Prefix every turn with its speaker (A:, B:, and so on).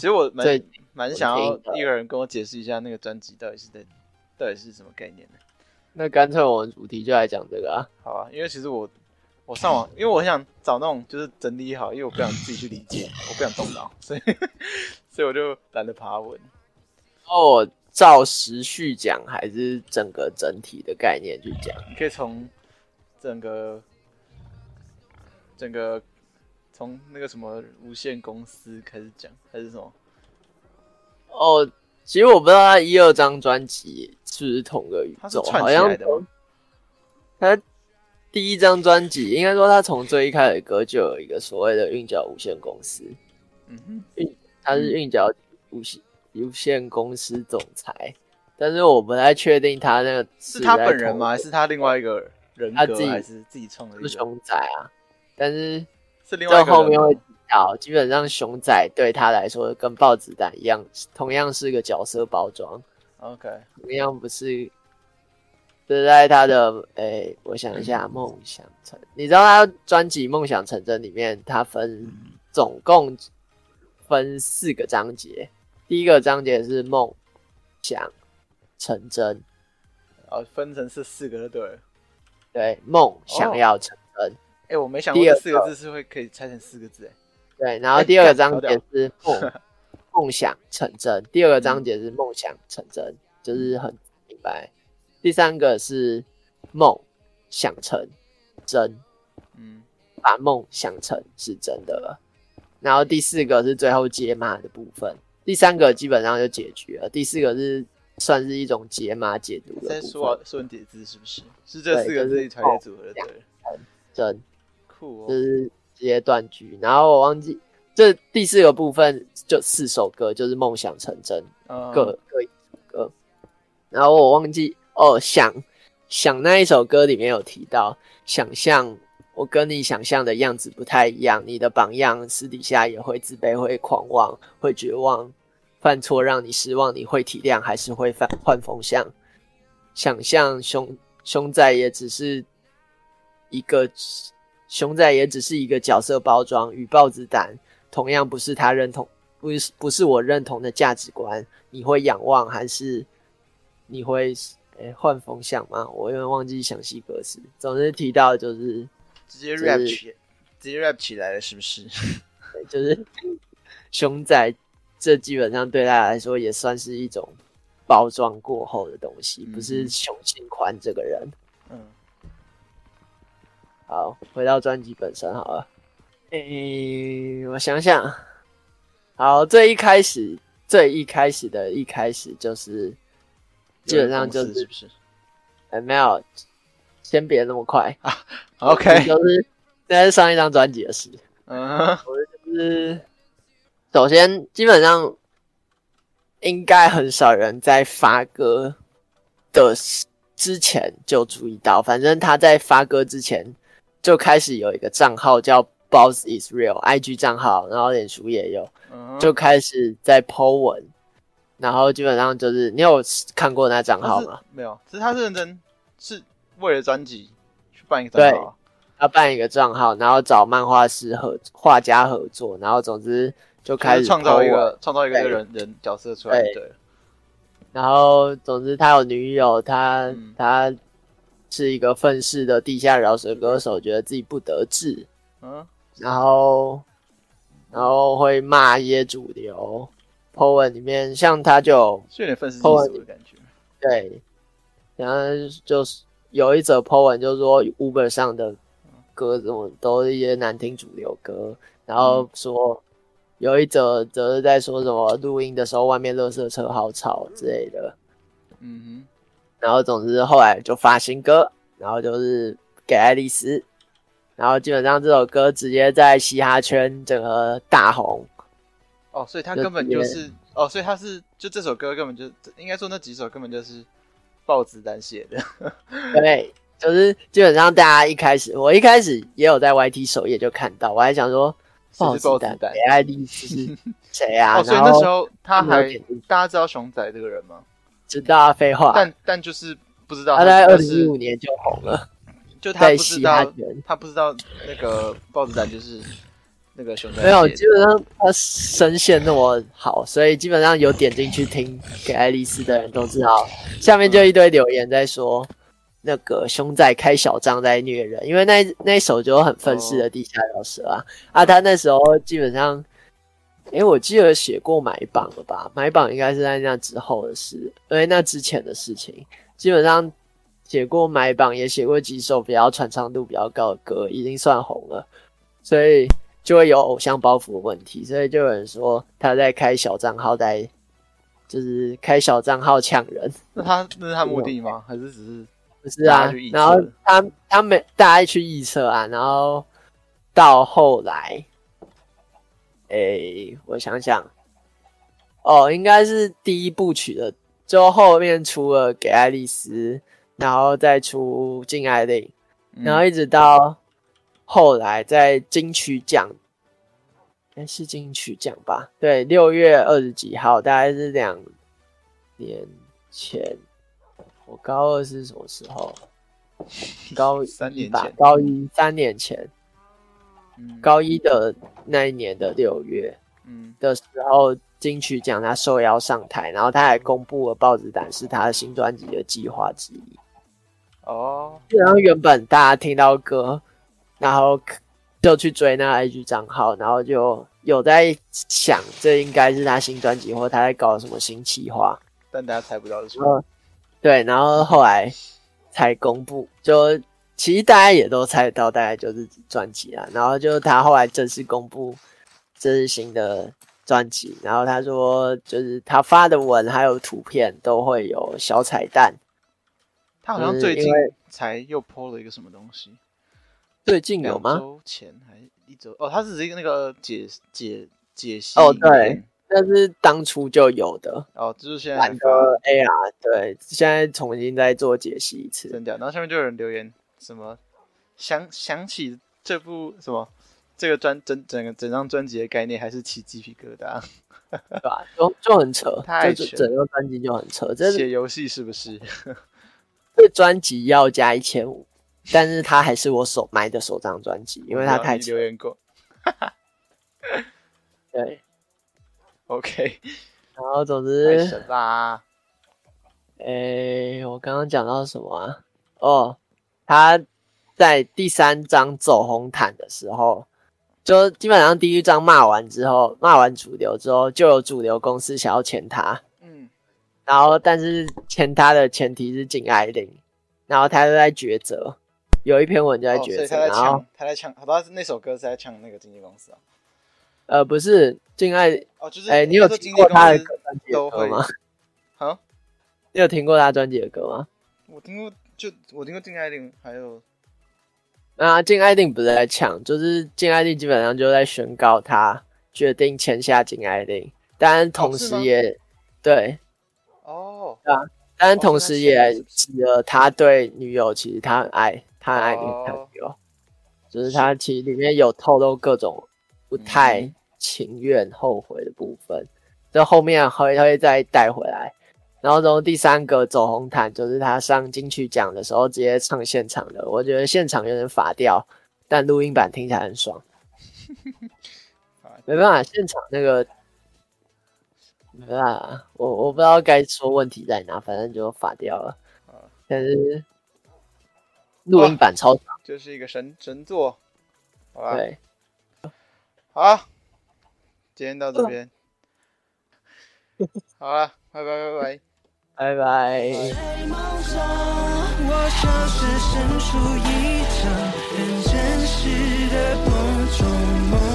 A: 其实我蛮
B: 对
A: 蛮想要一个人跟我解释一下那个专辑到底是在到底是什么概念的。
B: 那干脆我们主题就来讲这个啊。
A: 好啊，因为其实我我上网，因为我很想找那种就是整理好，因为我不想自己去理解，我不想动脑，所以 所以我就懒得爬文。
B: 哦，我照时序讲还是整个整体的概念去讲？
A: 你可以从整个整个从那个什么无限公司开始讲，还是什么？
B: 哦，其实我不知道他一二张专辑是不是同个宇
A: 它是
B: 宙，
A: 串
B: 好
A: 起来
B: 像
A: 的吗？
B: 他第一张专辑，应该说他从最一开始的歌就有一个所谓的韵脚无限公司，
A: 嗯哼，
B: 他
A: 嗯
B: 是韵脚无限无限公司总裁，但是我不太确定他那个
A: 是
B: 是
A: 他
B: 在
A: 本人
B: 同
A: 吗？还是他另外一个人
B: 他
A: 格？
B: 自己
A: 还是自己创的一
B: 是
A: 个？
B: 熊仔啊，但是
A: 是另外
B: 这
A: 一个
B: 后
A: 人
B: 面
A: 吗
B: 会提到，基本上熊仔对他来说跟豹子胆一样，同样是个角色包装，
A: OK，
B: 同样不是。这是在他的诶、我想一下，《梦想成》，你知道他专辑《梦想成真》里面，他分总共分四个章节，第一个章节是梦想成真，
A: 哦，分成是四个就对了。
B: 对，梦
A: 哦
B: 想要成真，
A: 哎、我没想过
B: 第二
A: 这
B: 个
A: 四个字是会可以拆成四个字，哎，
B: 对，然后第二个章
A: 哎
B: 节是 梦梦想成真，第二个
A: 嗯
B: 章节是梦想成真，就是很明白。第三个是梦想成真，
A: 嗯，
B: 把梦想成是真的了。然后第四个是最后解码的部分，第三个基本上就解决了，第四个是算是一种解码解读的
A: 在
B: 部
A: 说啊
B: 分。
A: 说文解字是不是？是这
B: 对
A: 四个
B: 就
A: 字
B: 是
A: 一团结组合的，对了，
B: 真
A: 酷
B: 就
A: 哦，
B: 是直接断句。然后我忘记这第四个部分就四首歌，就是梦想成真。
A: 嗯
B: 各各一首歌，然后我忘记哦，想想那一首歌里面有提到，想象我跟你想象的样子不太一样，你的榜样私底下也会自卑，会狂妄，会绝望，犯错让你失望，你会体谅还是会犯换风向？想象凶凶仔也只是一个熊仔也只是一个角色包装，与豹子胆同样不是他认同，不是不是我认同的价值观。你会仰望还是你会诶换、风向吗？我有点忘记详细歌词。总之提到就是
A: 直接
B: 是
A: rap 起，直接 rap 起来了，是不是？
B: 就是 熊仔，这基本上对他来说也算是一种包装过后的东西，
A: 嗯
B: 不是熊信宽这个人。
A: 嗯，
B: 好，回到专辑本身好了。诶、我想想，好，最一开始，最一开始的一开始就是，基本上就
A: 有人公司
B: 是
A: 是不是
B: 哎没有，先别那么快。
A: ？OK，
B: 就是那是上一张专辑的事。
A: 嗯，
B: 就是首先，基本上应该很少人在发歌的之前就注意到，反正他在发歌之前就开始有一个账号叫 Boss is Real，IG 账号，然后脸书也有，
A: 嗯
B: 就开始在 Po 文。然后基本上就是，你有看过那账号
A: 他是
B: 吗？
A: 没有，其实他是认真是为了专辑去办一个账号啊，
B: 他办一个账号，然后找漫画师合画家合作，然后总之就
A: 就
B: 开始
A: 是创造一
B: po 文
A: 个创造一个
B: 对
A: 人人角色出来，
B: 对
A: 对了，
B: 然后，总之他有女友，他、
A: 嗯
B: 他是一个愤世的地下饶舌歌手，觉得自己不得志，
A: 嗯，
B: 然后然后会骂一些主流。po 文里面像他就有
A: 是有点愤世
B: 后
A: 嫉
B: 来
A: 俗的感觉，
B: 对，然后就是有一则 po 文就说 Uber 上的歌怎么都是一些难听主流歌，然后说有一则则是在说什么录音的时候外面垃圾车好吵之类的，
A: 嗯
B: 然后总之后来就发新歌，然后就是给爱丽丝，然后基本上这首歌直接在嘻哈圈整个大红，
A: 哼，哦，所以他
B: 就
A: 根本
B: 直接
A: 就是，哦，所以他是就这首歌根本就应该说那几首根本就是豹子胆写的，
B: 对，就是基本上大家一开始，我一开始也有在 YT 首页就看到，我还想说
A: 谁是豹子
B: 蛋
A: 胆
B: 给？爱丽 丝谁啊？
A: 哦，所以
B: 然后
A: 那时候他还
B: 没有点进去
A: 大家知道熊仔这个人吗？
B: 知道啊废话，
A: 但但就是不知道
B: 他在二
A: 就
B: 零一
A: 是
B: 五年就红了，
A: 就他
B: 在
A: 不知
B: 嘻哈
A: 道
B: 圈，
A: 他不知道那个豹子胆就是那个熊仔
B: 没有，
A: 写的
B: 基本上他声线那么好，所以基本上有点进去听给爱丽丝的人都知道， 下面就一堆留言在说。那个凶仔开小张在虐人，因为那一那一首就很愤世的地下饶舌啊、啊！他那时候基本上，诶、我记得写过买榜了吧？买榜应该是在那之后的事，因为那之前的事情，基本上写过买榜，也写过几首比较传唱度比较高的歌，已经算红了，所以就会有偶像包袱的问题，所以就有人说他在开小账号在，就是开小账号抢人，
A: 那他那是他目的吗？还是只是
B: 不是啊
A: 大家去？臆测
B: 然后他他们大家去预测啊，然后到后来，诶、我想想，哦，应该是第一部曲的，就后面出了给爱丽丝，然后再出禁爱令，
A: 嗯
B: 然后一直到后来在金曲奖，哎、是金曲奖吧？对，六月二十几号，大概是两年前，我高二是什么时候？高
A: 三
B: 一
A: 年
B: 吧
A: 前，
B: 高一三年前，
A: 嗯
B: 高一的那一年的六月
A: 嗯
B: 的时候，金曲奖他受邀上台，然后他还公布了报纸版是他的新专辑的计划之一。
A: 哦
B: 然后原本大家听到歌，然后就去追那个 IG 账号，然后就有在想，这应该是他新专辑或他在搞什么新企划。
A: 但大家猜不到是什
B: 嗯
A: 么。
B: 对，然后后来才公布，就其实大家也都猜得到，大概就是专辑啦。然后就他后来正式公布这是新的专辑，然后他说就是他发的文还有图片都会有小彩蛋，
A: 他好像最
B: 嗯
A: 近
B: 因为
A: 才又 PO 了一个什么东西，
B: 最近有
A: 两
B: 吗？
A: 周前还是一周？哦，他只是一个那个解解解析
B: 哦
A: 影片
B: 对，但是当初就有的，
A: 哦，就是现在
B: 版
A: 在
B: 的
A: 发
B: AR，对，哎现在重新再做解析一次。
A: 真假，然后下面就有人留言什么想想起这部什么这个专整整个整张专辑的概念，还是起鸡皮疙瘩。
B: 对吧？就就很扯，
A: 太
B: 就
A: 扯
B: 整个专辑就很扯。这
A: 写游戏是不是？
B: 这专辑要加一千五，但是它还是我首买的首张专辑，因为它
A: 我不知道
B: 太
A: 你
B: 扯
A: 留。言过。
B: 对，
A: OK，
B: 然后总
A: 太
B: 之，
A: 神啦！
B: 诶，我刚刚讲到什么啊？哦，他在第三章走红毯的时候。就基本上第一章骂完之后，骂完主流之后，就有主流公司想要签他，
A: 嗯，
B: 然后但是签他的前提是禁爱令，然后他就在抉择，有一篇文就在
A: 哦所
B: 抉
A: 以
B: 择，
A: 他在
B: 然后
A: 抢，他在抢，好吧，那首歌是在抢那个经纪公司啊。
B: 呃不是禁爱，
A: 哦，就是
B: 哎、你
A: 应
B: 有
A: 该说经
B: 听
A: 纪
B: 过
A: 公
B: 他的
A: 司
B: 歌专辑的
A: 都
B: 歌
A: 会
B: 吗？
A: 啊？
B: 你有听过他专辑的歌吗？
A: 我听过，就我听过敬爱令，还有
B: 那禁爱令不是在抢，就是禁爱令基本上就在宣告他决定签下禁爱令，当然同
A: 哦是
B: 时
A: 吗
B: 也、对，
A: 哦，
B: 当然
A: 哦
B: 同
A: 是他
B: 时
A: 签
B: 也
A: 的是不是
B: 指了他对女友其实他很爱，他很爱女
A: 哦
B: 他女友，就是他其实里面有透露各种不太
A: 嗯
B: 情愿后悔的部分，这、后面会会再带回来。然后从第三个走红毯，就是他上金曲奖的时候直接唱现场的，我觉得现场有点乏掉，但录音版听起来 很爽。
A: 啊
B: 没办法，现场那个没办法，我我不知道该说问题在哪，反正就法掉了
A: 好。
B: 但是录音版超长，欸
A: 就是一个神神作。好啦，
B: 对，
A: 好啊，今天到这边，好了，拜拜拜拜。
B: 拜拜。
C: 睡梦中，我像是身处一场很真实的梦中梦。